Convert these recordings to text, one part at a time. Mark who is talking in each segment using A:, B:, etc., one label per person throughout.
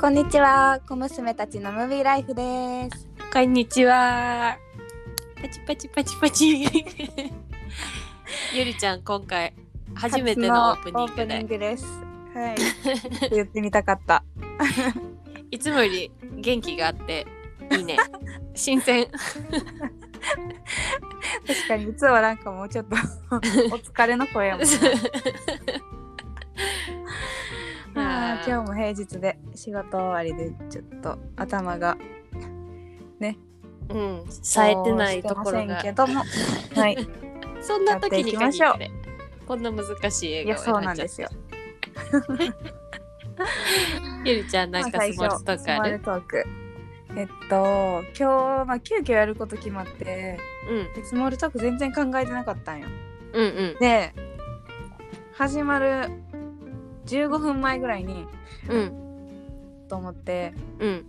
A: こんにちは、小娘たちのムービーライフです。
B: こんにちは。パチパチパチパ チ。ゆりちゃん、今回初めてのオープニン
A: 初
B: グ
A: のオープニン
B: で、
A: グです。 はい。言ってみたかった。
B: いつもより元気があっていいね。新 鮮。
A: 確かに、いつはなんかもうちょっと お疲れの声 やもん。あー今日も平日で仕事終わりでちょっと頭が
B: うん、冴えてないところ
A: してません
B: が
A: け。ども、 はい。
B: そんな時に限っ
A: やって
B: てこんな難しい
A: い
B: 映
A: や
B: 画
A: そうなんですよ。。
B: ゆりちゃん、なんかスモールと
A: ス
B: か
A: モー
B: あ
A: ル
B: る。
A: トーク。えっと今日まあ急遽やること決まって、
B: うん、
A: でスモールトーク全然考えてなかったんよ。
B: うん、うん
A: で始まる15分前ぐらいに、
B: うん、
A: と思って
B: うん、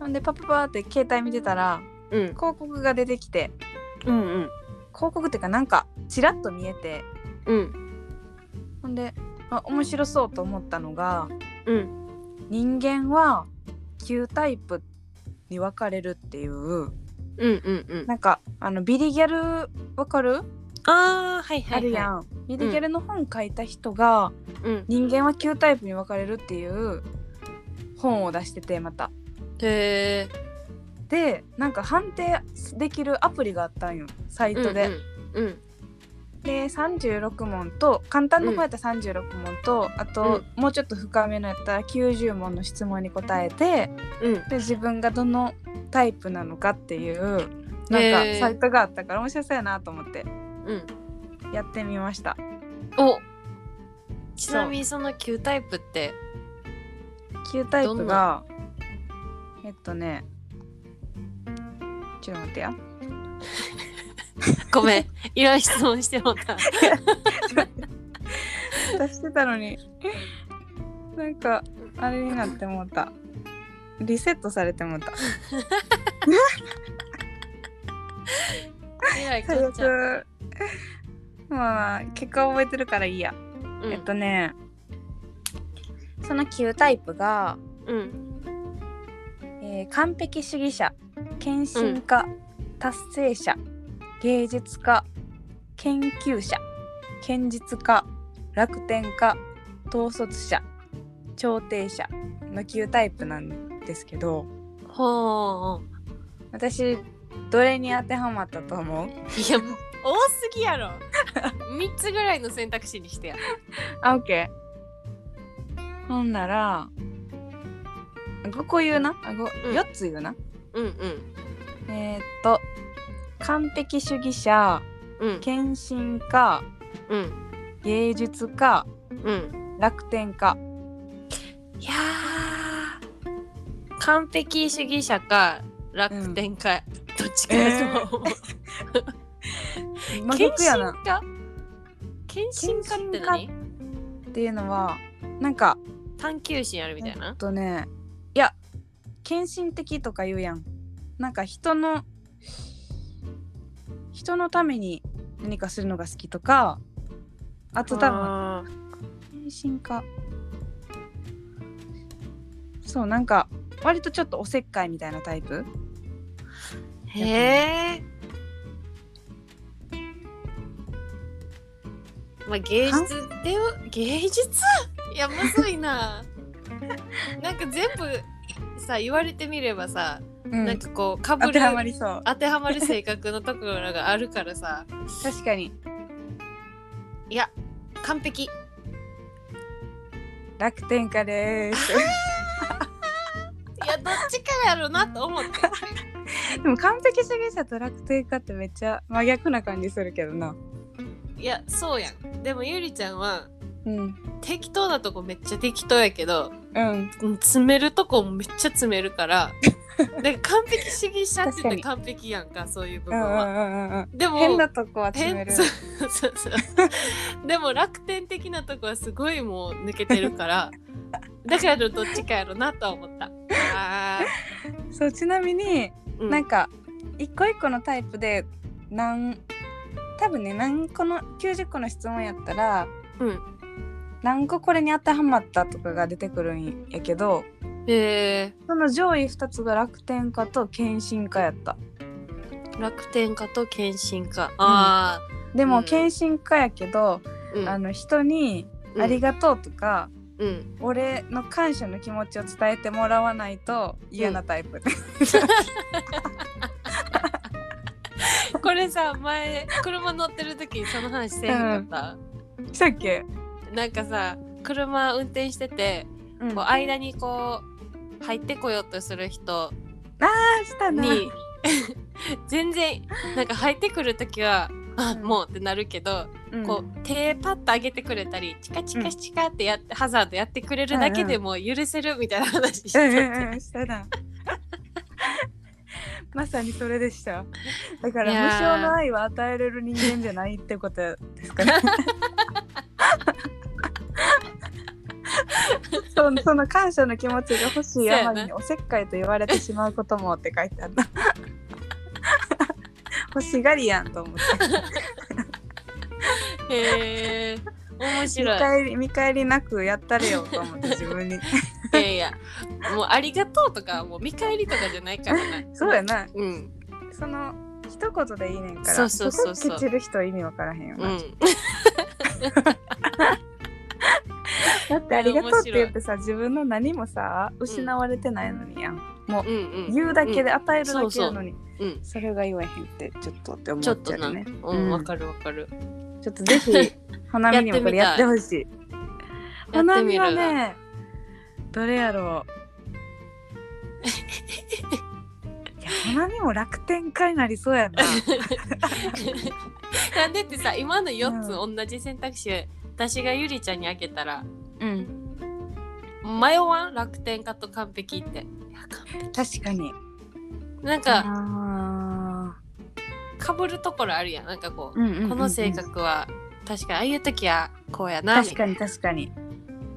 A: なんでパパパーって携帯見てたら
B: うん、
A: 広告が出てきて
B: うん、うん、
A: 広告っていうかなんかちらっと見えて
B: うん、
A: ほんであ面白そうと思ったのが
B: うん。
A: 人間は9タイプに分かれるっていう
B: うんうんうん。
A: なんかあのビリギャルわかる、
B: ああ、はいはい、はい。
A: あるやんビリギャルの本書いた人が
B: うん。
A: 人間は9タイプに分かれるっていう本を出しててまた
B: へえ。
A: でなんか判定できるアプリがあったんよサイトで、
B: うんうん。
A: で36問と簡単な方やったら36問と、あと、もうちょっと深めのやったら90問の質問に答えて
B: うん。うん
A: で自分がどのタイプなのかっていうなんか
B: へー
A: サイトがあったから面白そうやなと思って
B: うん。
A: やってみました
B: お。ちなみにその旧タイプって。
A: 9タイプがえっとねちょっと待ってや
B: ごめん。いろいろ質問してもらった。
A: 出してたのに なんかあれになってもうたリセットされてもうた
B: えらいこ
A: 最
B: っちゃん。
A: 悪まあ結果覚えてるからいいや、
B: うん
A: えっとねその9タイプが、
B: うん。
A: えー完璧主義者献身家、達成者芸術家研究者堅実家楽天家統率者調停者の9タイプなんですけど
B: ほ
A: 私どれに当てはまったと思う
B: う。いや、多すぎやろ。三つぐらいの選択肢にしてや。
A: あ、オッケー。ほんなら、5個言うな。あ、ご
B: うん
A: 4つ言うな。
B: うんうん。
A: えーっと、完璧主義者、
B: うん。
A: 献身家、
B: うん。
A: 芸術家、
B: うん。
A: 楽天家。
B: いやー。完璧主義者か。楽天か。どっちかやと思う。
A: 真
B: 献
A: 逆
B: 身
A: やな。
B: 家献身家って何
A: っていうのは、なんか、
B: 探求心あるみたい
A: え
B: な
A: っ、とね、いや、献身的とか言うやん。なんか人の、人のために何かするのが好きとか、あと多分、
B: あ
A: 精神科そうなんか割とちょっとおせっかいみたいなタイプ
B: ーへえまあ芸術では芸術いやむず いななんか全部さ言われてみればさ、
A: うん
B: なんかこうかぶ
A: 当
B: る
A: てはまりそう
B: 当てはまる性格のところがあるからさ
A: 確かに
B: いや完璧
A: 楽天家です
B: いやどっちかやろうなと思って
A: でも完璧主義者と楽天家ってめっちゃ真逆な感じするけどない
B: やそうやんでもゆりちゃんは
A: うん
B: 適当なとこめっちゃ適当やけど
A: うん
B: うん詰めるとこもめっちゃ詰めるから なんか完璧主義者って言って完璧やんかそういう
A: う
B: 部分
A: んう
B: は。
A: んうんうん
B: でも
A: 変なとこは詰め
B: 変
A: る
B: そうそうそうでも楽天的なとこはすごいもう抜けてる からだからどっちかやろなとは思った。あ
A: そうちなみに、
B: ーうん、
A: なんか一個一個のタイプで何多分ね何個の90個の質問やったら
B: うん
A: 何個これに当てはまったとかが出てくるんやけど、
B: え
A: その上位2つが楽天家と献身家やった
B: ー、楽天家と献身家ああ、
A: で
B: うん
A: も献身家やけど、
B: うん、
A: あの人に「あり
B: が
A: がとう」とか、
B: うん、うん、
A: 俺の感謝の気持ちを伝えてもらわないと嫌なタイプ、
B: これさ前車乗ってる時にその話せえへんかった、
A: したっけ、
B: なんかさ車運転してて
A: うん、
B: こう間にこう入ってこようとする人
A: したな
B: に 全然なんか入ってくる時は「あ
A: うん
B: もう」ってなるけど、
A: うん
B: こう手パッと上げてくれたりチカチカチカってやって、ハザードやってくれるだけでも許せるみたいな話して
A: うん
B: た
A: うんうんした なまさにそれでしただから
B: いやー
A: 無償の愛は与えれる人間じゃないってことですかね そのその感謝の気持ちが欲しいあまりにおせっかいと言われてしまうこともって書いてある な欲しがりやんと思って
B: へえ面
A: 見
B: 白い。
A: 返り見返りなくやったれよと思って自分 に
B: いやいやもう「ありがとう」とかはもう見返りとかじゃないからな。
A: そうやな
B: うん
A: その一言でいいねんから
B: そうそうそうそう
A: ここ切る人意味わからへんよ
B: う
A: な、
B: ん、
A: だってありがとうって言ってさ自分の何もさ失われてないのにやん、
B: うんうん、
A: 言うだけで与えるだけやのに、
B: うん、うん
A: それが言わへんってちょっとって思
B: ちょっ
A: っち
B: と
A: ゃ
B: な、
A: うね
B: う、
A: うんん
B: わかるわかる。
A: ちょっと ぜひ花見にもこれやってほしい
B: やって
A: 花
B: み
A: 見
B: る
A: はねどれや ろういや花見も楽天家になりそう やな
B: なんでってさ今の4つ同じ選択肢、私がゆりちゃんにあげたら
A: うん
B: 迷わん楽天家と完璧っていや完璧
A: 確か に
B: なんか
A: あ
B: かぶるところあるやんなんかこう、
A: ー
B: この性格は確かにああいう時はこうやな
A: 確かに確かに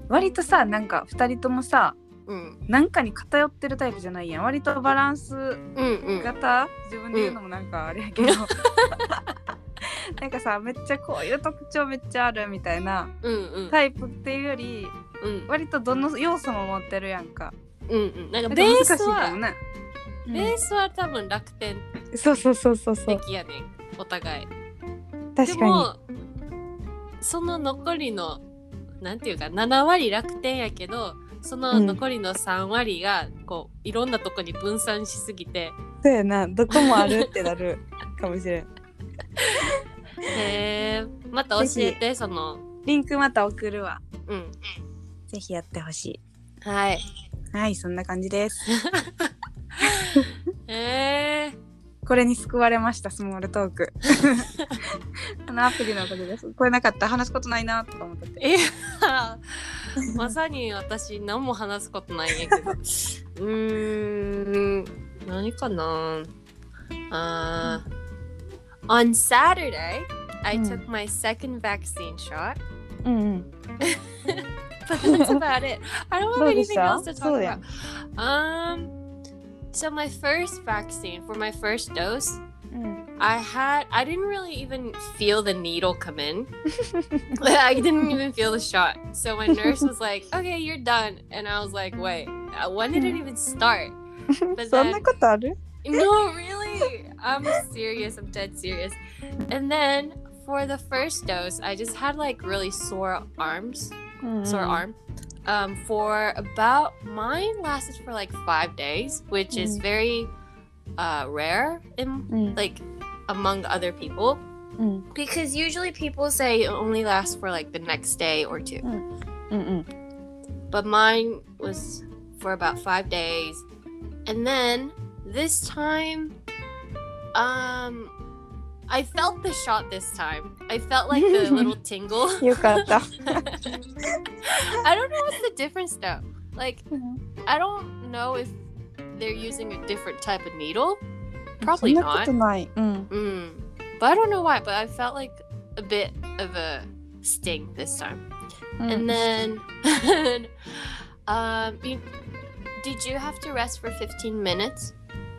A: 割とさなんか2人ともさ
B: うん、
A: なんかに偏ってるタイプじゃないやん割とバランス
B: うんうん
A: 型、自分で言うのもなんかあれやけど、
B: う
A: なんかさめっちゃこういう特徴めっちゃあるみたいな
B: うんうん
A: タイプっていうより
B: うん
A: 割とどの要素も持ってるやんか
B: うんうんな
A: な
B: んか
A: んか
B: ベー
A: 難しい
B: ス
A: か
B: は、
A: もね、
B: ベースは多分楽天
A: うんそうそうそうそうそう
B: 的やねんお互い
A: 確かに
B: でもその残りのなんていうか7割楽天やけどその残りの3割がこういろんなとこに分散しすぎて、
A: そうやなどこもあるってなるかもしれん
B: へーまた教えてその
A: リンクまた送るわ
B: うん
A: ぜひやってほし
B: はい
A: いはいそんな感じです
B: えー、
A: これに救われましたスモールトー クあのアプリのおかげですこれなかったら話すことないなとか思ってて
B: いやまさに私何も話すことないんやけどうーん何かなあー On Saturday, I
A: うん
B: took my second vaccine shot.
A: うんうん
B: but that's about it. I don't
A: ど
B: have
A: うでし
B: anything
A: た
B: else to
A: そ
B: talk
A: うや
B: about. Um, so my first vaccine for my first dose,
A: うん、
B: I had I didn't really even feel the needle come in. I didn't even feel the shot. So my nurse was like, "Okay, you're done," and I was like, "Wait, uh, when did it even start?" But
A: そんな
B: then,
A: ことある
B: no, really, I'm serious. I'm dead serious. And then for the first dose, I just had like really sore arms sore
A: Mm.
B: arm um, for about mine lasted for like five days which is
A: Mm.
B: very uh, rare in
A: うん、
B: like among other people
A: うん、
B: because usually people say it only lasts for like the next day or two
A: うん、うん、
B: but mine was for about five days and then this time um i felt the shot this time i felt like the little tingle
A: よかった。
B: I don't know what's the difference though. Like, I don't know if they're using a different type of needle. Probably
A: そんなこ
B: not.
A: とない。うん、
B: Mm. But I don't know why, but I felt like a bit of a sting this time.
A: うん
B: And then, um, you, did you have to rest for 15 minutes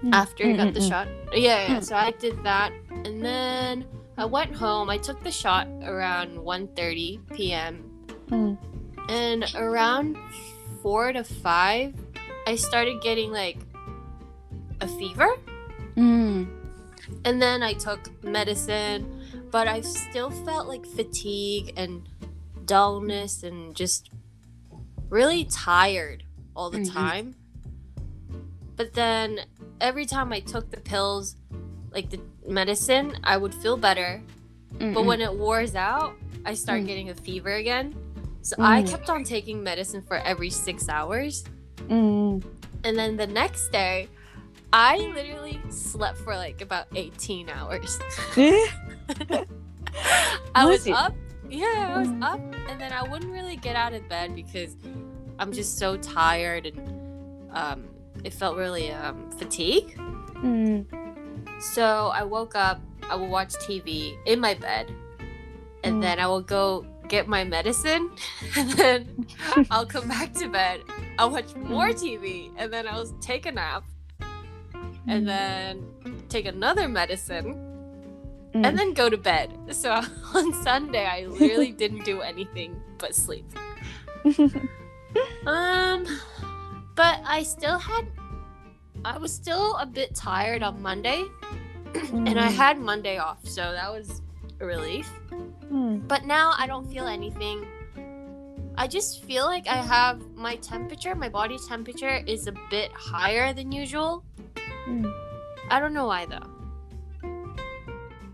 A: うん
B: after you got the
A: うん
B: shot? Yeah, yeah.
A: Mm.
B: So I did that. And then I went home. I took the shot around 1.30 p.m.
A: うん、
B: and around four to five I started getting like a fever
A: うん。
B: and then I took medicine, but I still felt like fatigue and dullness and just really tired all the
A: Mhm.
B: time. But then every time I took the pills, like the medicine, I would feel better.
A: うん
B: But when it wores out, I start
A: Mm.
B: getting a fever again. So I
A: Mm.
B: kept on taking medicine for every six hours.
A: うんうん
B: And then the next day, I literally slept for like about 18 hours.
A: え
B: I
A: Was
B: was
A: it?
B: up. Yeah, I was
A: Mm.
B: up. And then I wouldn't really get out of bed because I'm just so tired and um, it felt really um, fatigue.
A: うん。
B: So I woke up, I would watch TV in my bed, and
A: Mm.
B: then I will go get my medicine, and then I'll come back to bed. I'll watch more TV, and then I'll take a nap,
A: Mm.
B: and then take another medicine,
A: うん
B: and then go to bed. So on Sunday, I literally didn't do anything but sleep. Um, but I still had, I was still a bit tired on Monday, and I
A: Mm.
B: had Monday off, so that was a relief.
A: うん。
B: But now I don't feel anything. I just feel like I have my temperature, my body temperature is a bit higher than usual.
A: うん。
B: I don't know why though.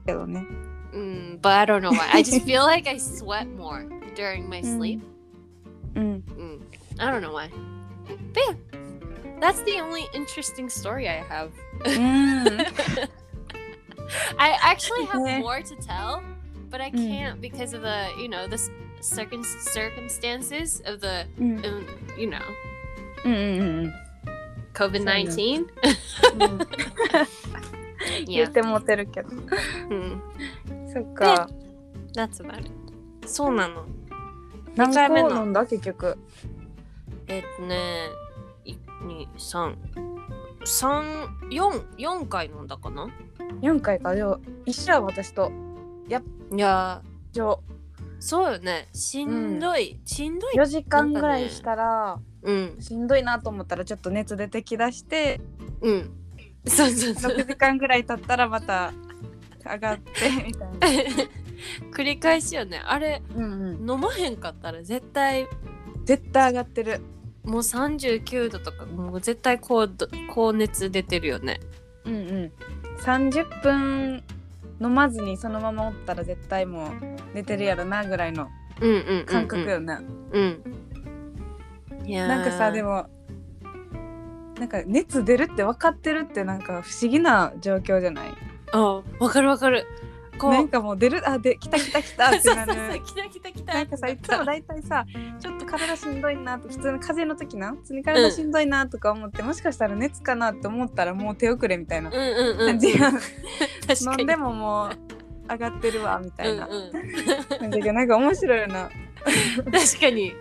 A: けどね。
B: Mm, but I don't know why. I just feel like I sweat more during my sleep.
A: うん。
B: Mm, I don't know why. But yeah, that's the only interesting story I have.
A: うん。
B: I actually have
A: Yeah.
B: more to tell, but I
A: Mm.
B: can't because of the you know the s- circum- circumstances of the
A: うん。
B: um, you know
A: うん。 うん。
B: COVID nineteen.
A: 言
B: Yeah,
A: ってもてるけど。
B: Mm.
A: そっか。
B: that's about it. そうなの。
A: 何
B: 回
A: 回
B: 目
A: 目
B: の
A: なんだ結局。
B: えっとね、一二三三四四回飲んだかな。
A: 四回かでも一緒は私と
B: いや
A: 上
B: ー、そうよね。しんどい、しんどい。
A: 四時間ぐらいしたら
B: うん
A: しんどいなと思ったらちょっと熱出てきだして
B: うん。そうそ うそう。
A: 六時間ぐらい経ったらまた上が ってみたいな。
B: 繰り返しよね。あれ。
A: うんうん。
B: 飲まへんかったら絶対
A: 絶対上がってる。
B: もう39度とかもう絶対高度高熱出てるよね
A: うんうん。三十分飲まずにそのままおったら絶対もう寝てるやろなぐらいの
B: うんうんうん、うん、
A: 感覚よね。
B: うんいや
A: なんかさで
B: も
A: もなんか熱出るって分かってるってなんか不思議な状況じゃない
B: あわかるわかるこう
A: なんかもう出るあで来た来た来たってな
B: そうそうそう
A: る
B: 来た来た来た
A: なんかさいつも大体さちょっと体しんどいなって普通の風邪の時な普通に体しんどいなとか思って、もしかしたら熱かなって思ったらもう手遅れみたいな
B: うんうんうん
A: 感じが、
B: 確かに
A: 飲んでももう上がってるわみたいな
B: うんうん、
A: 感じがなんか面白いよな
B: 確かに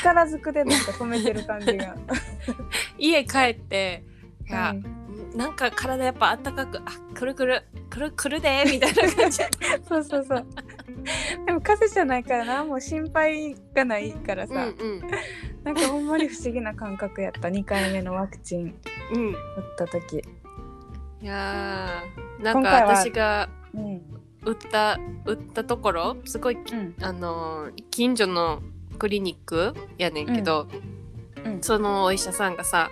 A: 力ずくでなんか止めてる感じ が。
B: 家帰っていや、
A: うん
B: なんか体やっぱあったかくあくるくるくるくるで みたいな感じ
A: そうそうそう。でも風邪じゃないからな、もう心配がないから
B: うんう
A: さ、
B: ん
A: なんかほんまに不思議な感覚やった。2回目のワクチン
B: うん
A: 打った時。
B: いやーなん
A: 今
B: か
A: 回は
B: 私が
A: うん。
B: 売った売ったところすごい
A: うん。
B: あのー近所のクリニックやねんけど、
A: うんうん
B: そのお医者さんがさ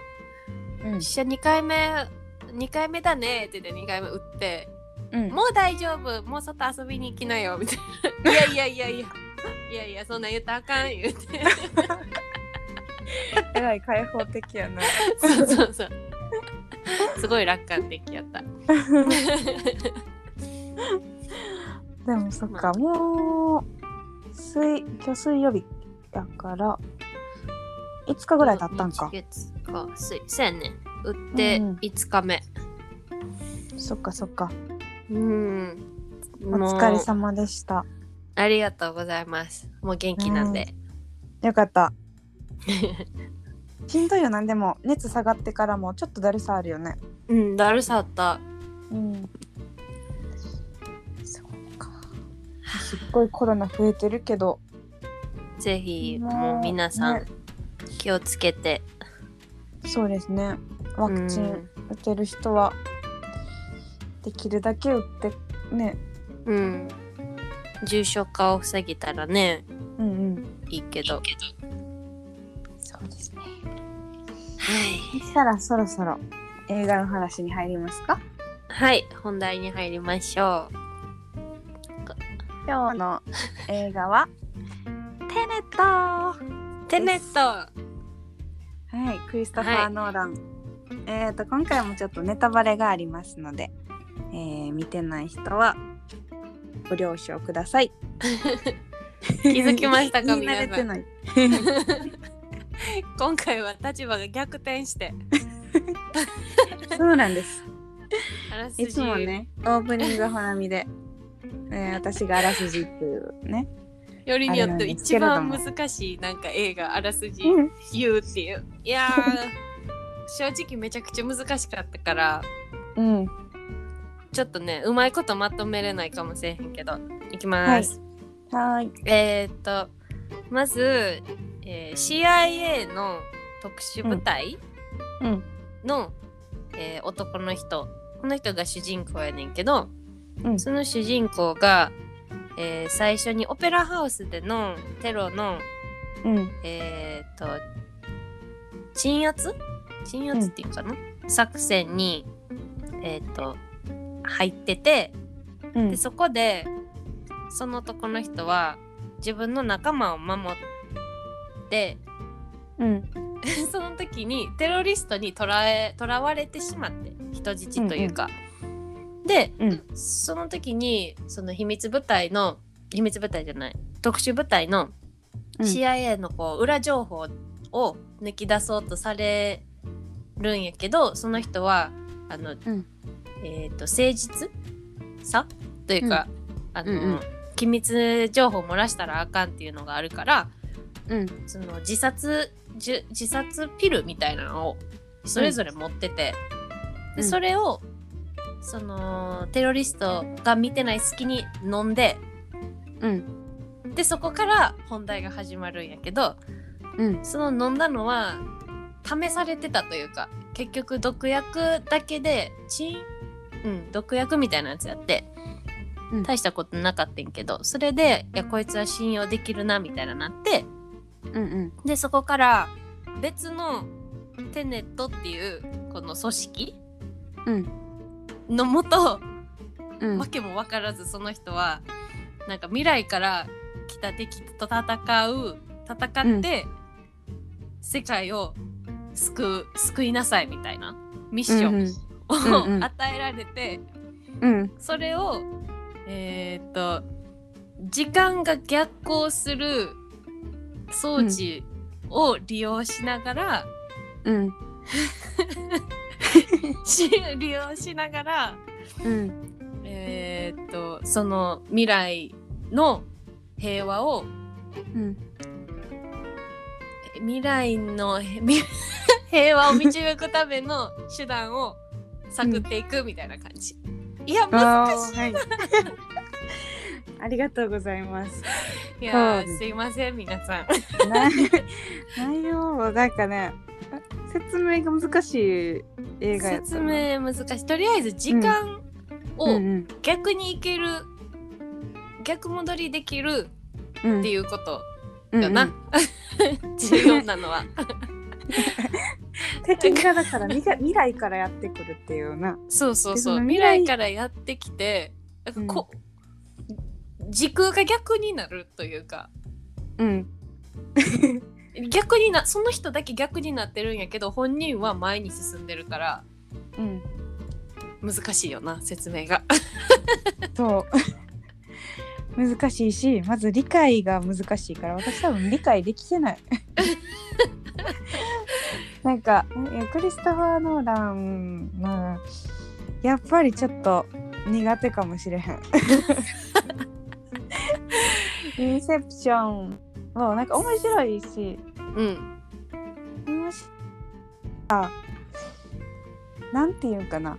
A: うん
B: 「医。者2回目2回目だね」って言って2回目打って
A: うん
B: 「もう大丈夫もう外遊びに行きなよ」みたいな「いやいやいやいやいやいやそんなん言ったらあかん」言うて
A: えらい開放的やな。
B: そうそうそうすごい楽観的やった。
A: でもそっか、もう、水、今日水曜日だから、5日ぐらい経ったんか
B: 日。月か水そうやね打って
A: うん
B: 5日目。
A: そっかそっか。
B: うん。
A: お
B: もう
A: 疲れ様でした。
B: ありがとうございます。もう元気なんで。
A: よかった。しんどいよな、でも熱下がってからもちょっとだるさあるよね。
B: うん、だるさあった。
A: うん。そうか。すっごいコロナ増えてるけど、
B: ぜひ、
A: ね
B: もう皆さん、
A: ね
B: 気をつけて
A: そうですねワクチン打てる人はできるだけ打ってね
B: うん、うん重症化を防げたらね
A: うんうん
B: いいけどは
A: そうですね
B: い
A: そしたらそろそろ映画の話に入りますか
B: はい本題に入りましょう
A: 今日の映画はテネットは
B: テネット
A: いクリストファー・ノーラン、えっ、と今回もちょっとネタバレがありますので、えー見てない人はご了承くだ さい気
B: づきま したか
A: 言い慣れてない
B: 今回は立場が逆転して
A: そうなん です
B: あらすじ
A: いつもねオープニングほなみで、えー私があらすじっていうね、
B: よりによって一番難しいなんか映画あらすじ言うっていういやー 正直めちゃくちゃ難しかったから
A: うん
B: ちょっとねうまいことまとめれないかもしれへんけどいきます、
A: はーい
B: えー、っとまず、えー CIA の特殊部隊
A: うん
B: の、えー男の人この人が主人公やねんけど、
A: うん
B: その主人公が、えー最初にオペラハウスでのテロの
A: うん
B: えー、と鎮圧鎮圧っていうかな、作戦に、えー、と入ってて
A: うん
B: でそこでその男の人は自分の仲間を守って
A: うん
B: その時にテロリストに捕らえ捕らわれてしまって人質というか。で
A: うん
B: その時にその秘密部隊の秘密部隊じゃない特殊部隊の
A: うん
B: CIA のこう裏情報を抜き出そうとされるんやけどその人はあの、
A: ん
B: えっ、と誠実さというか、あの、
A: うんうん
B: 機密情報漏らしたらあかんっていうのがあるから
A: うん
B: その自殺じゅ自殺ピルみたいなのをそれぞれ持ってて、
A: う
B: で
A: ん
B: それをそのテロリストが見てない隙に飲んで
A: うん
B: でそこから本題が始まるんやけど
A: うん
B: その飲んだのは試されてたというか結局毒薬だけでチン、うん、毒薬みたいなやつやって、
A: うん
B: 大したことなかったんけどそれでいやこいつは信用できるなみたいななって
A: うん
B: でそこから別のテネットっていうこの組織
A: うん
B: のもと、
A: うん
B: わけも分からずその人はなんか未来から来た敵と戦う戦って、世界を救う救いなさいみたいなミッション
A: うんうんうんう
B: を
A: ん
B: 与えられて、
A: うん
B: それをえーっと時間が逆行する装置を利用しながら、
A: うん
B: し 利用しながら
A: うん
B: えーっとその未来の平和を
A: うん
B: 未来のへ み平和を導くための手段を探っていくみたいな感じ。いや難
A: あー
B: し
A: はい、 ありがとうございます。
B: い。いや
A: そうです
B: ーすいません皆さん。
A: な 内容もなんかね説明が難しい映画やった
B: 説
A: な
B: 明難しい。とりあえず時間
A: う
B: を
A: ん
B: 逆にいける、逆戻りできる
A: うん、
B: って
A: い
B: いうこと
A: う
B: だな。
A: ん
B: 重要なのは。
A: う ん敵がだから未来未来からやってくるっていうな。
B: そうそうそう
A: でその
B: 未
A: 未来
B: 来からやってきてなんかこ、う時空が逆になるというか
A: うん
B: 逆になその人だけ逆になってるんやけど本人は前に進んでるから
A: うん、
B: 難しいよな説明が。
A: そう 難しいしまず理解が難しいから私多分理解できてない。 なんかいやクリストファー・ノーランまあやっぱりちょっと苦手かもしれへん。 インセプションもなんか面白いし
B: うん
A: 面白いあなんていうんかな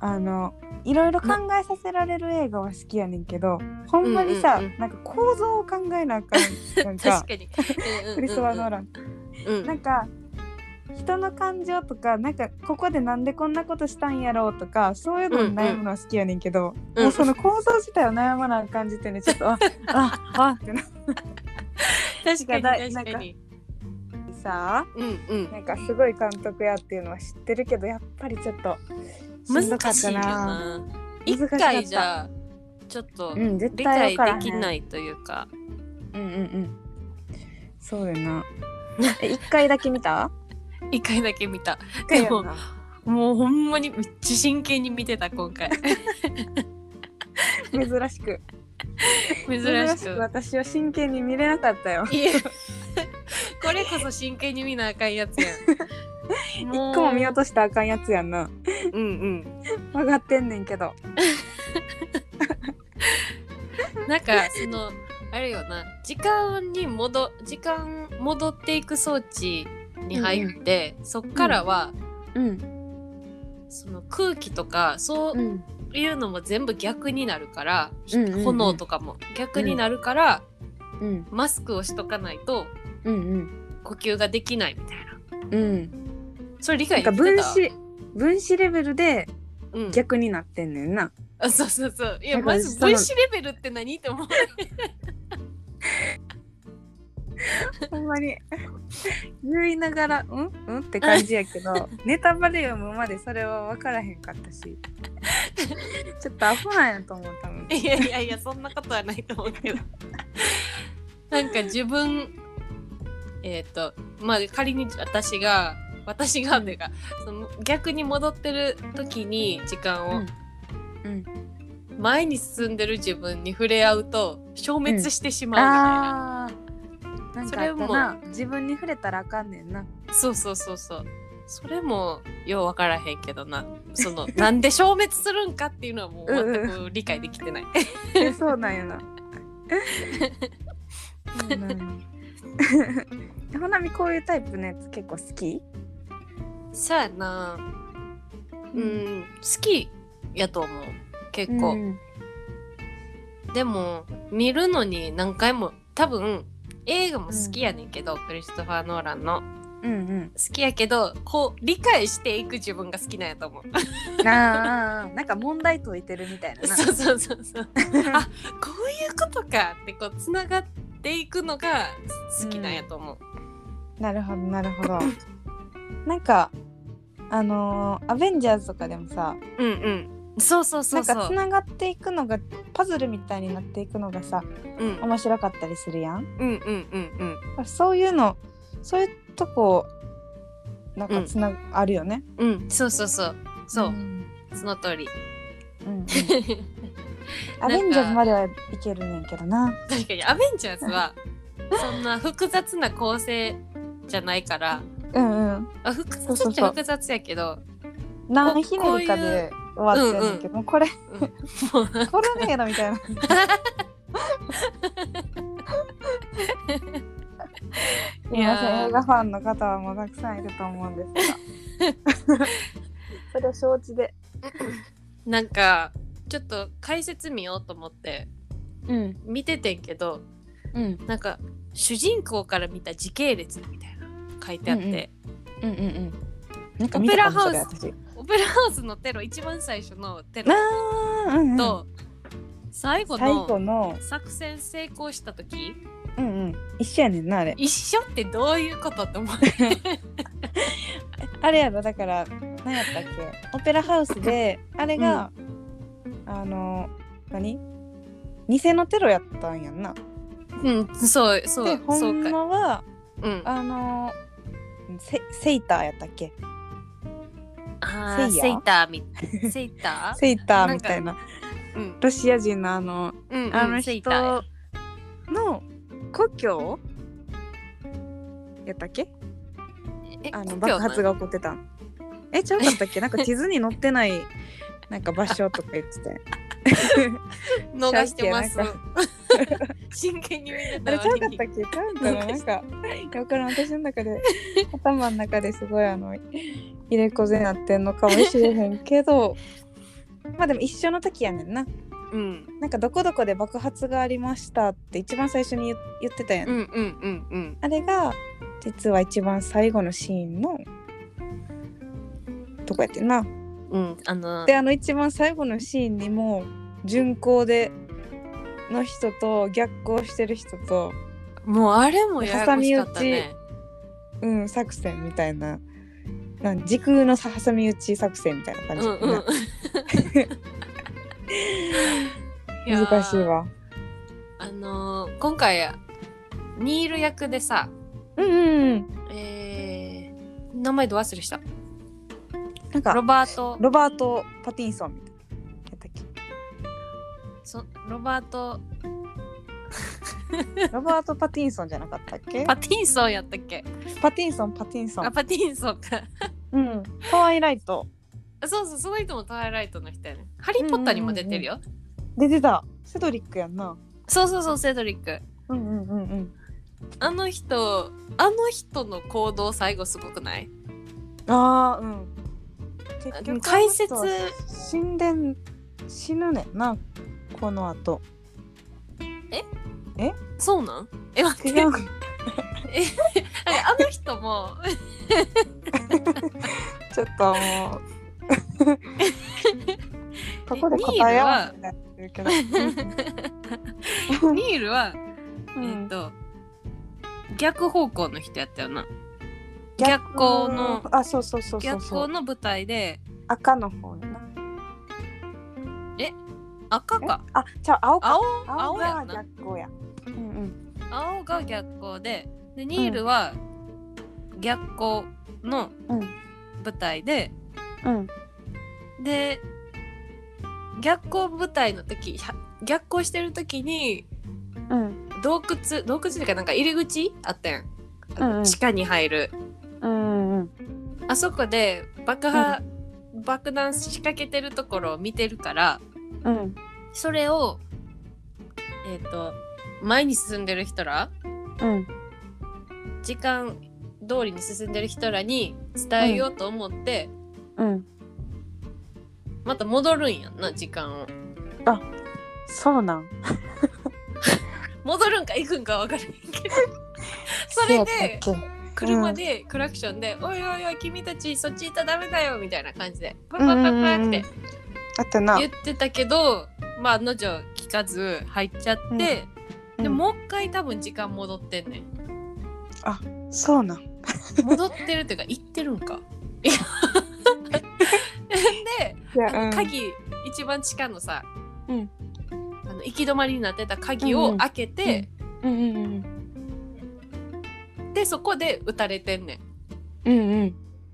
A: あのいろいろ考えさせられる映画は好きやねんけどほんまにさ、
B: うんうんうん
A: なんか構造を考えなあかんなんか
B: 確かに。
A: クリストファー・ノーラン
B: うんうんうん
A: なんか人の感情とかなんかここでなんでこんなことしたんやろうとかそういうのに悩むのは好きやねんけど、
B: うん
A: もうその構造自体を悩まなあかん時点でちょっとあああってなって
B: 確かに
A: だい
B: 確かに。
A: さ
B: うんうん。
A: なんかすごい監督やっていうのは知ってるけどやっぱりちょっとしんどか
B: 難
A: っ
B: しい
A: た
B: よ
A: な。
B: な。
A: 難しか
B: 一
A: った
B: 回じゃちょっと
A: うん絶
B: 理
A: 対わ
B: 解
A: からへん
B: できないというか。
A: うんうんうんそうだよ なえ一回だけ見た
B: 一回だけ見た。
A: 一
B: 回
A: 回
B: や
A: や
B: んなもうほんまにめっちゃ真剣に見てた今回。
A: 珍しく
B: 珍しく。
A: 私は真剣に見れなかったよ
B: いやこれこそ真剣に見なあかんやつや ん。
A: 一個も見落
B: と
A: としたらあかんやつやんな
B: うんうん。
A: 分かってんねんけど
B: なんかそのあれよな時間に戻時間戻っていく装置に入って、そっからは、
A: うん
B: その空気とかそううんいうのも全部逆になるから、
A: うんうんうん
B: 炎とかも逆になるから、
A: うん
B: マスクをしとかないと
A: うん
B: 呼吸ができないみたい
A: う
B: な。
A: ん
B: それ理
A: なんか
B: 解できて
A: 分
B: た。
A: 子分子レベルで
B: うん、
A: 逆になってんねんな
B: あそうそうそう。いや
A: なんか
B: まず
A: その
B: 分子レベルって何って思う。
A: ほんまに言いながら「うんうん?」って感じやけ どネタバレ読むまでそれは分からへんかったしちょっとアホなんやと思う多分
B: いやいやいやそんなことはないと思うけど なんか自分えっ、とまあ仮に私が私がっていうかその逆に戻ってる時に時間
A: う
B: を、
A: ん
B: 前に進んでる自分に触れ合うと消滅してしまうみたいな、
A: あーなんかあったな自分に触れたらあかんねんな
B: そうそうそうそうそれもよう分からへんけどなそのなんで消滅するんかっていうのはもう全く理解できて ない
A: えそうなん やなそうなんやほなみこういうタイプのやつ結構好き
B: そうやなう
A: うん
B: ん、好きやと思う結構、
A: うん
B: でも見るのに何回も多分映画も好きやねんけど、クリストファー・ノーランの
A: うん
B: 好きやけどこう理解していく自分が好きなんやと 思う
A: うんあーあーなんか問題解いてるみたいな な
B: そうそうそうそうあこういうことかってこうつながっていくのが好きなんやと思う、
A: なるほどなるほどなんかあのーアベンジャーズ」とかでもさ
B: うん、うんそうそうそうそ
A: なんかつ
B: う
A: ながっていくのがパズルみたいになっていくのがさ
B: うんうん
A: 面白かったりするやん
B: うんうんうん
A: そういうのそういうとこなんかつな、あるよね。
B: うんそうそうそうそう、
A: ん
B: その通り
A: うんうん、アベンジャーズまではいけるねんけどな。
B: 確かにアベンジャーズはそんな複雑な構成じゃないから
A: うんうん。
B: あ複
A: そう
B: 雑
A: そ
B: っ
A: う
B: ちゃ
A: そう
B: 複雑やけど
A: 何ひねりかで終わってるんだけど、もうこれ
B: もう
A: これねえなみたいな。皆
B: い
A: さ
B: やー
A: ん映画ファンの方はもうたくさんいると思うんですが。それを承知で。
B: なんかちょっと解説見ようと思って
A: うん
B: 見ててんけど
A: うん
B: なんか主人公から見た時系列みたいな書いてあって、
A: うんうんうん。なん
B: か見たかも
A: オペラハウス。
B: オペラハウスのテロ一番最初のテロ
A: あーうんうん、
B: と、最後
A: 最後
B: の
A: の、
B: 作戦成功した時
A: うんうん、一緒やねんなあれ
B: 一緒ってどういうことって思う
A: あれやろだから何やったっけオペラハウスであれが、あの何偽のテロやったんやんな。
B: うんそうそう
A: で
B: そ
A: ほ
B: うんか
A: まは
B: うん
A: あのセセイターやったっけ
B: あー
A: セイヤ
B: セイターみセイ ター
A: セイターみたいな
B: うん
A: ロシア人のあの
B: うんうん
A: あの
B: セイ
A: 人
B: ターや
A: の故郷やったっけ
B: え
A: あ
B: 故
A: の
B: 郷
A: 爆発
B: が
A: が起こってたんえちゃうかったっけなんか地図に載ってないなんか場所とか言ってたやん
B: 逃してます
A: なんか
B: 真剣に見て
A: あ
B: た
A: れちゃうかっ
B: に
A: たっけちゃうん かななんかだからん私の中で頭の中ですごいあの入れ子ぜなってんのかもしれへんけど まあでも一緒の時やねんな
B: うん
A: なんかどこどこで爆発がありましたって一番最初に言言ってたやん、
B: うんうんうんうん
A: あれが実は一番最後のシーンのとこやってんな。
B: うん、あの
A: であの一番最後のシーンにも巡航での人と逆行してる人と、
B: もうあれもややこしかったね。
A: うん、作戦みたいななん時空のさ挟み撃ち作戦みたいな
B: う
A: 感
B: ん
A: じやった
B: う
A: な、
B: ん。やー
A: 難しい。わ。
B: あのー今回ニール役でさ、
A: うんうんうん
B: えー、名前ど忘れした。
A: なんか
B: ロ
A: ロ
B: バート
A: バート・パティンソンみたいなやったっ け
B: そロバート
A: ロバート・パティンソンじゃなかったっけ
B: パティンソンやったっけ？
A: パティンソンパティンソ
B: あ
A: ン。
B: パティンソンか。
A: うん。トワイライト
B: あそうそうその人もトワイライトの人やね。ハリーポッターにも出てるよ。
A: 出てたセドリックやんな。
B: そうそうそうセドリック。
A: うんうんうんうん。
B: あの人あの人の行動最後すごくない？
A: ああうん。結
B: で
A: 局
B: も解説
A: あの人は死んでん死ぬねんなこの 後。
B: そうなん？え待って。
A: 違う
B: あの人も
A: ちょっとも う。そこで答え合わせになってるけど。
B: ニールは、
A: うん
B: えっ、と逆方向の人やったよな。逆
A: 逆
B: 光の
A: あそうそうそうそう
B: 逆
A: そ
B: 光
A: う
B: の舞台で
A: 赤の方やな
B: 赤か
A: あじゃあ青か
B: 青
A: 青
B: 青や
A: が
B: んな
A: 逆光やうんうん
B: 青が逆光ででニールは逆光の
A: うん
B: 舞台で、
A: うん
B: で逆光舞台の時は逆光してる時に
A: うん
B: 洞窟洞窟っていうかなんか入り口あったやん、
A: うんうん
B: 地下に入る
A: うんうん
B: あそこで爆破、爆弾仕掛けてるところを見てるから
A: うん
B: それをえっ、と前に進んでる人ら
A: うん
B: 時間通りに進んでる人らに伝えようと思って、
A: うん
B: また戻るんやんな時間を
A: そうなん
B: 戻るんか行くんか分からへんけどそれで
A: そうやったっ
B: 車でクラクションで「おいおいおい君たちそっち行ったらダメだよ」みたいな感じでパパパパ
A: うんうんう
B: っ
A: ん
B: て
A: けあったな
B: 言ってたけどまあ案の定聞かず入っちゃって、
A: うん
B: でもう一回多分時間戻ってんねん
A: そうなん
B: 戻ってるっていうか行ってるん か。で
A: いや
B: あの
A: うん
B: 鍵、一番地下のさ、
A: うん
B: あの行き止まりになってた鍵
A: うんう
B: を
A: ん
B: 開けて、
A: うんうんうん
B: でそこで撃たれてんねん
A: うんうん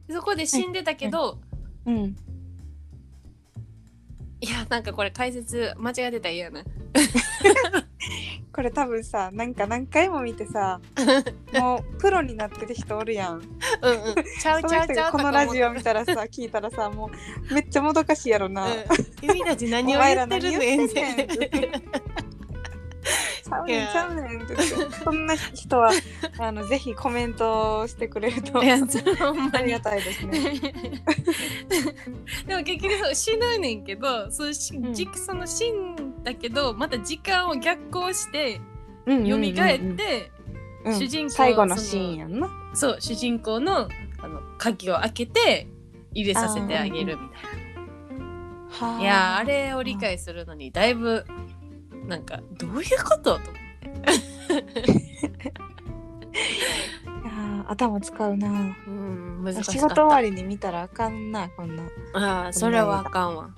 B: でそこで死んでたけど、
A: うん
B: いやなんかこれ解説間違ってたら嫌やな
A: これ多分さなんか何回も見てさもうプロになってる人おる やん
B: うんうんちゃう
A: そ
B: ち
A: の
B: ゃう
A: 人
B: ちゃ
A: が
B: うと
A: この
B: か思っ
A: ラジオ見た らさ聞いたらさもうめっちゃもどかしいやろな、
B: うん、君たち何を言ってる
A: お前
B: ねん
A: ら何言
B: っ
A: ってんねん
B: て
A: ちゃう
B: い
A: ねん
B: や
A: ちゃうねんって言ってそんな人 はあのぜひコメントをしてくれると
B: いやそれほんま
A: あり
B: に
A: がたいですね。
B: でも結局そう死ぬねんけどそうし、
A: うん
B: じその死んだけどまた時間を逆行して
A: うん
B: 蘇って、
A: うん
B: 主人公
A: 最後の
B: その
A: シーンやんな。
B: そう主人公のあの鍵を開けて入れさせてあげるみたいな。いやーあれを理解するのにだいぶなんかどういうことと思って
A: いやー頭使うな。
B: うん難し
A: 仕
B: かっ
A: 事終わ
B: た。
A: りに見たらあかんなこんな。
B: ああそれはあかんわ。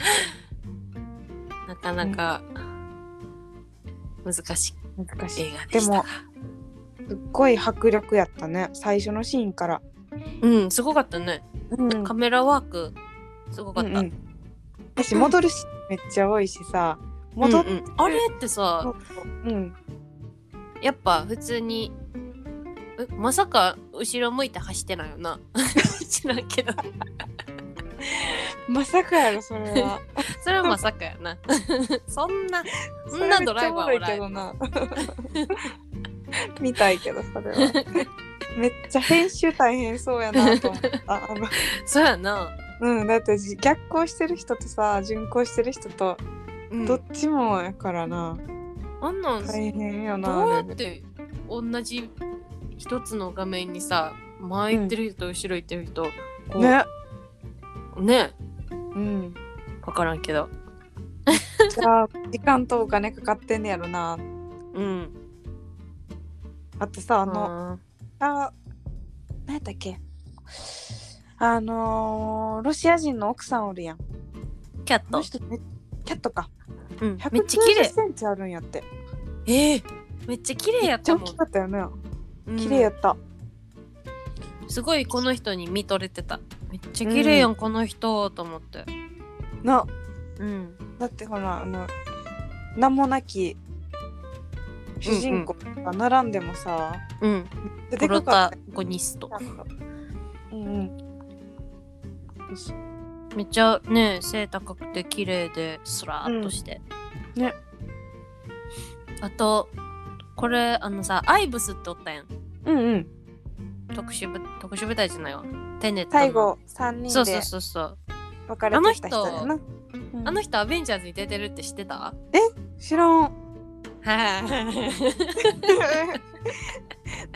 B: なかなか難しい
A: 難しい。
B: 映画でしたが。
A: すっごい迫力やったね最初のシーンから。
B: うんすごかったね。
A: うん。
B: カメラワークすごかった。
A: うんうん私戻るしめっちゃ多いしさ戻っ
B: うんうんあれってさ、
A: うん
B: やっぱ普通にえまさか後ろ向いて走ってないよな 知らんけど
A: まさかやろそれは。
B: それはまさかやなそんな
A: そ
B: そん
A: れ
B: なドライバー
A: め
B: お
A: っち
B: ら
A: ゃ
B: ん
A: おもろいけどな。 見たいけどそれは。めっちゃ編集大変そうやなと思った。あの
B: そうやな、
A: うんだってじ逆行してる人とさ巡行してる人と
B: うん
A: どっちもやからな、
B: あんなん
A: 大変よな
B: どうや
A: あ
B: っ
A: れ
B: て同じ一つの画面にさ前行ってる人と後ろ行ってる人、こう
A: ね。
B: ね
A: うん。
B: 分からんけど
A: じゃあ、時間とお金かかってんねやろな。
B: うん
A: あとさ、あ
B: あ
A: の、あ、何やったっけあのーロシア人の奥さんおるやん。
B: キャッ
A: あの
B: ト、
A: 人めキャットか。
B: うんめっちゃ綺
A: 190
B: 麗
A: センチあるんやって。
B: ええめっちゃ綺麗や
A: めっ
B: っ
A: ちゃ大
B: たもん
A: きかったよね。
B: うん
A: 綺麗やった。
B: すごいこの人に見とれてためっちゃ綺麗やん、この人と思って
A: な、
B: うん
A: だってほら、あの、名もなき主人公が並んでもさ、
B: うん
A: 出
B: プ
A: て
B: ロ
A: くかっ
B: タ
A: たよ
B: ゴニスト
A: うんうん。
B: めっちゃね背高くて綺麗でスラーっとして、
A: うんね
B: あとこれあのさアイブスっておったやん
A: うんうん。
B: 特殊部特殊部隊じゃないわテネットの
A: 最後、三人
B: そうそ
A: で
B: うそうそう
A: 別れてきた人だよな。うん
B: あの人アベンジャーズに出てるって知ってた
A: 知ら ん。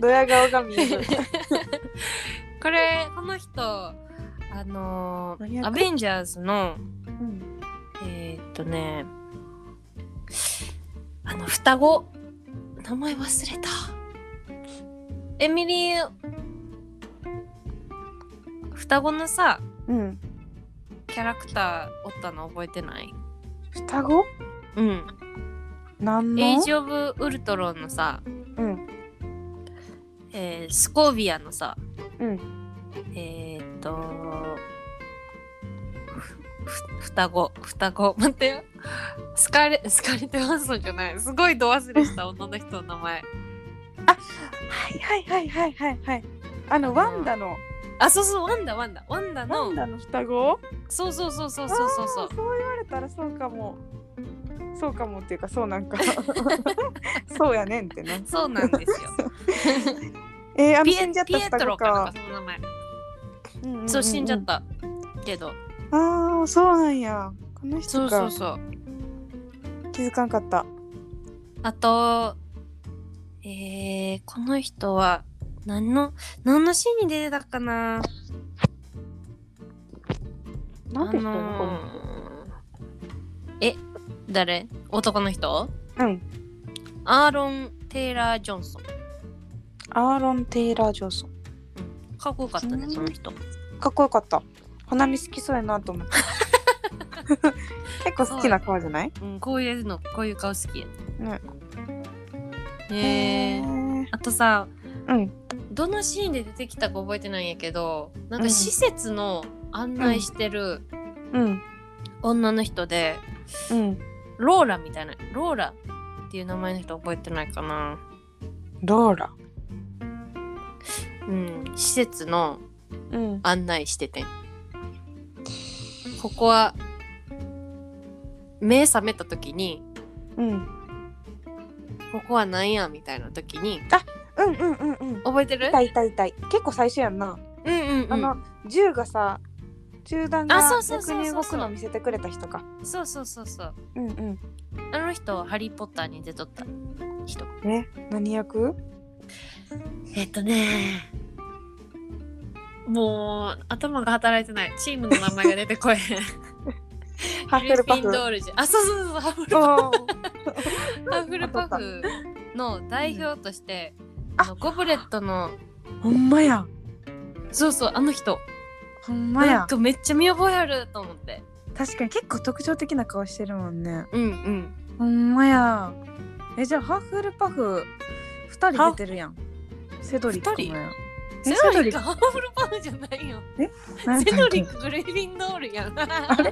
A: ドヤ顔が見える。
B: これこの人あのー
A: 何役
B: アベンジャーズの
A: うん
B: えーっとねあの双子名前忘れたエミリー双子のさ
A: うん。
B: キャラクターおったの覚えてない
A: 双子
B: うん
A: 何の
B: エイジ・オブ・ウルトロンのさ、
A: うん
B: えースコービアのさ、
A: うん
B: えーっとふふ双子双子 待ってよスカーレスカーレット・ヨハンソンじゃないすごい度忘れした女の人の名前
A: はいはいはいはいはいはい。あ
B: あ
A: の、
B: の
A: ワンダの、
B: あそうそうワンダワンダワンダ
A: ワ
B: の
A: ンダの双子
B: そうそうそうそうそうそうそ
A: あーそう言われたらそうかも。そうかもっていうか、そうなん か。そうやねんってね
B: う。そうなんですよ
A: えー、あの、
B: ピ
A: 死
B: エ
A: んじゃっ
B: ピ
A: た
B: エト
A: 双
B: ロ
A: 子
B: かなん
A: か
B: か。その名前
A: うんうんうん
B: そう死んじゃっ。たけど
A: ああ、そうなんや。この人
B: そうそ
A: か
B: う。そう
A: 気づかんかった。
B: あと、えー、この人は何の何のシーンに出てたかな
A: なんで人
B: あ
A: の子
B: のーえ誰男の人
A: うん。
B: アーロン・テイラー・ジョンソン。
A: アーロン・テイラー・ジョンソン。
B: かっこよかったね、
A: うん
B: その人。
A: かっこよかった。花見好きそうやなと 思った。結構好きな顔じゃない
B: うん、こういうの、こういう顔好きやね。
A: へ
B: ねえ
A: ー
B: あとさ、
A: うん。
B: どのシーンで出てきたか覚えてないんやけど、なんか施設の案内してる
A: うん。
B: 女の人で、
A: うん。
B: ローラみたいなローラっていう名前の人覚えてないかな
A: ローラ。
B: うん施設の
A: うん。
B: 案内しててここは目覚めた時に
A: うん。うん
B: ここは何やみたいな時に
A: うんうんうん。
B: 覚えてる
A: 痛い痛い痛い。結構最初やんな。
B: うんうんうん
A: あの、銃がさ、銃弾が
B: あそうそうそう
A: 逆
B: そう
A: に動くの見せてくれた人か。
B: そうそうそうそう
A: うんうん。
B: あの人はハリー・ポッターに出とった人
A: ね、何役
B: えっとねもう頭が働いてないチームの名前が出てこえへん
A: ハッフルパ
B: グリフィン
A: フ
B: ド。ールじゃあそうそうそうハフルパフ
A: お ー
B: ハーフルパフの代表として、
A: うん
B: あのゴブレットの
A: ほんまや。
B: そうそうあの人
A: ほんま
B: な
A: や
B: ん。かめっちゃ見覚えあると思って
A: 確かに結構特徴的な顔してるもんね。
B: うんうん
A: ほんまや。え、じゃあ、ハッフルパフ、二人出てるやん。セドリックもやん。
B: セ
A: セ
B: ド
A: ド
B: リ
A: リッ
B: ック
A: ク
B: ハーフルパフじゃないよ
A: 何やっ
B: セ
A: たっけ
B: ドリックグリフィンドールやん
A: あれそう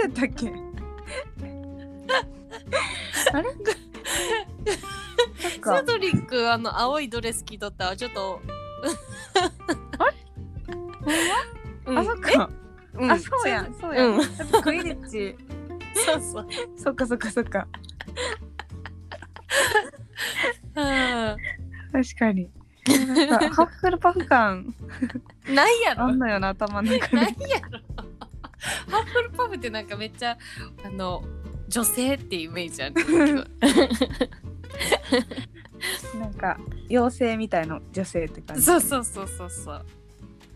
A: やったっけ あれそっ
B: セ
A: か
B: ドリックあの青いドレス着とったわちょっと うん
A: あそっか、
B: えうん
A: あそうやんそうやん、
B: うん
A: やっぱクイリッチ
B: そうそう
A: そっかそっかそっか
B: うんな
A: 確かになんかハッフルパフ感
B: いやろ
A: あん
B: な
A: のよな頭の中
B: い
A: で
B: やろハーフルパフってなんかめっちゃあの女性っていうイメージあるけど
A: なんか妖精みたいな女性って感じ
B: そうそうそうそうそう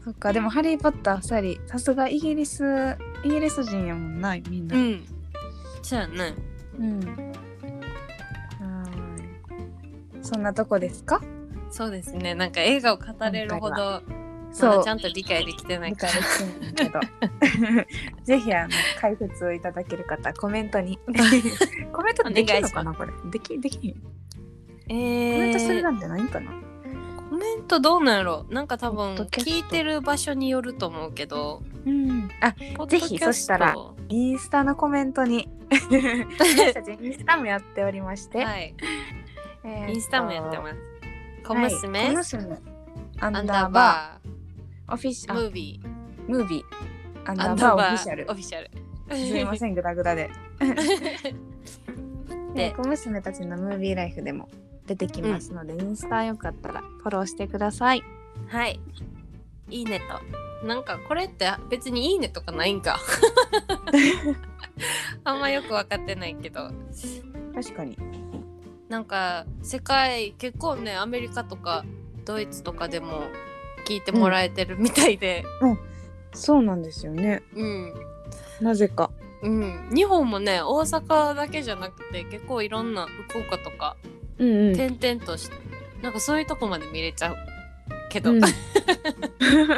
A: そっかでも「ハリー・ポッター」2人さすがイギリスイギリス人やもんなみんな
B: うんそうやね
A: うんはーいそんなとこですか
B: そうですねなんか映画を語れるほ
A: 今回
B: どま
A: そ
B: だ
A: う
B: ちゃんと理解できてない
A: 理
B: か
A: 解 できて
B: ら
A: ないけどぜひあの解説をいただける方コメント にコメントできるのかなこれできできひん
B: え
A: コメントする
B: ー、
A: なんてないんかな、
B: コメントどうなんやろなんか多分
A: ポッドキャスト
B: 聞いてる場所によると思うけど
A: うんあ
B: ポッド
A: ぜ
B: キャ
A: ひ
B: スト
A: そしたらインスタのコメントに私たちインスタもやっておりまして、
B: はい
A: えーと
B: インスタもやってます小
A: はい
B: 娘、
A: 小娘アン
B: アン
A: ダー
B: ダー
A: バ
B: バ
A: ーオフィシ
B: ー
A: ャ
B: ム
A: ル
B: ービー
A: ムービーアンダ
B: アン
A: ーバーオフ
B: ダーバ
A: ィシャル
B: ーオフィシャル
A: すみませんグダグダ で
B: で
A: で小娘たちのムービーライフでも出てきますので、インスタよかったらフォローしてくださ い
B: はい。いいねと。なんかこれって別にいいねとかないんか。 あんまよく分かってないけど。
A: 確かに
B: なんか世界結構ねアメリカとかドイツとかでも聞いてもらえてるみたいで。
A: そうなんですよね
B: うん。
A: なぜか
B: うん、日本もね大阪だけじゃなくて結構いろんな福岡とか
A: うんうん、
B: 点々として、なんかそういうとこまで見れちゃうけど、
A: う
B: うんん
A: そ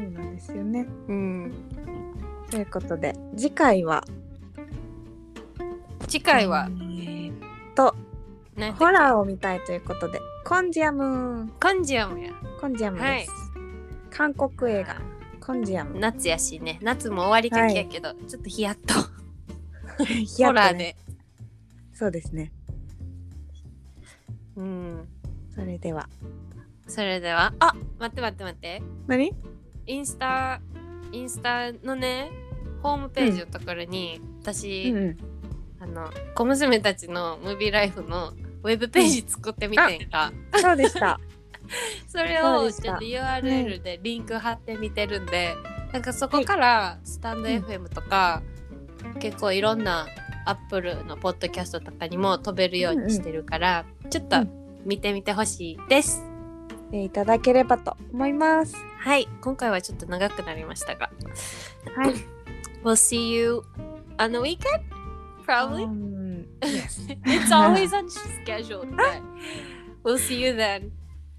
A: うなんですよねということで次回は
B: 次回は
A: え、ー
B: ね、
A: ホラーを見たいということでコンジアム
B: カンジアムや
A: コンジアムです、韓国映画コンジア ム
B: 夏やしね夏も終わりかけやけど、ちょっとヒヤッとホ
A: ホ
B: ラーで、
A: そうですね
B: うん
A: それでは
B: それではあ待って待って待って
A: 何
B: インスタインスタのねホームページのところに、私、
A: うん
B: あの小娘たちのムービーライフのウェブページ作ってみてんか、
A: そうでした。
B: それ
A: そう
B: を
A: でした
B: ちょっと URL でリンク貼ってみてるんで、なんかそこからスタンド
A: うん
B: FM とか、結構いろんなアップルのポッドキャストとかにも飛べるようにしてるから、ちょっと見てみてほしいです。
A: でいただければと思います。
B: はい、今回はちょっと長くなりましたが。
A: はい。
B: we'll see you on the weekend? Probably.
A: yes.
B: It's always on schedule. but We'll see you then.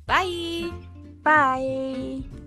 B: Bye!
A: Bye.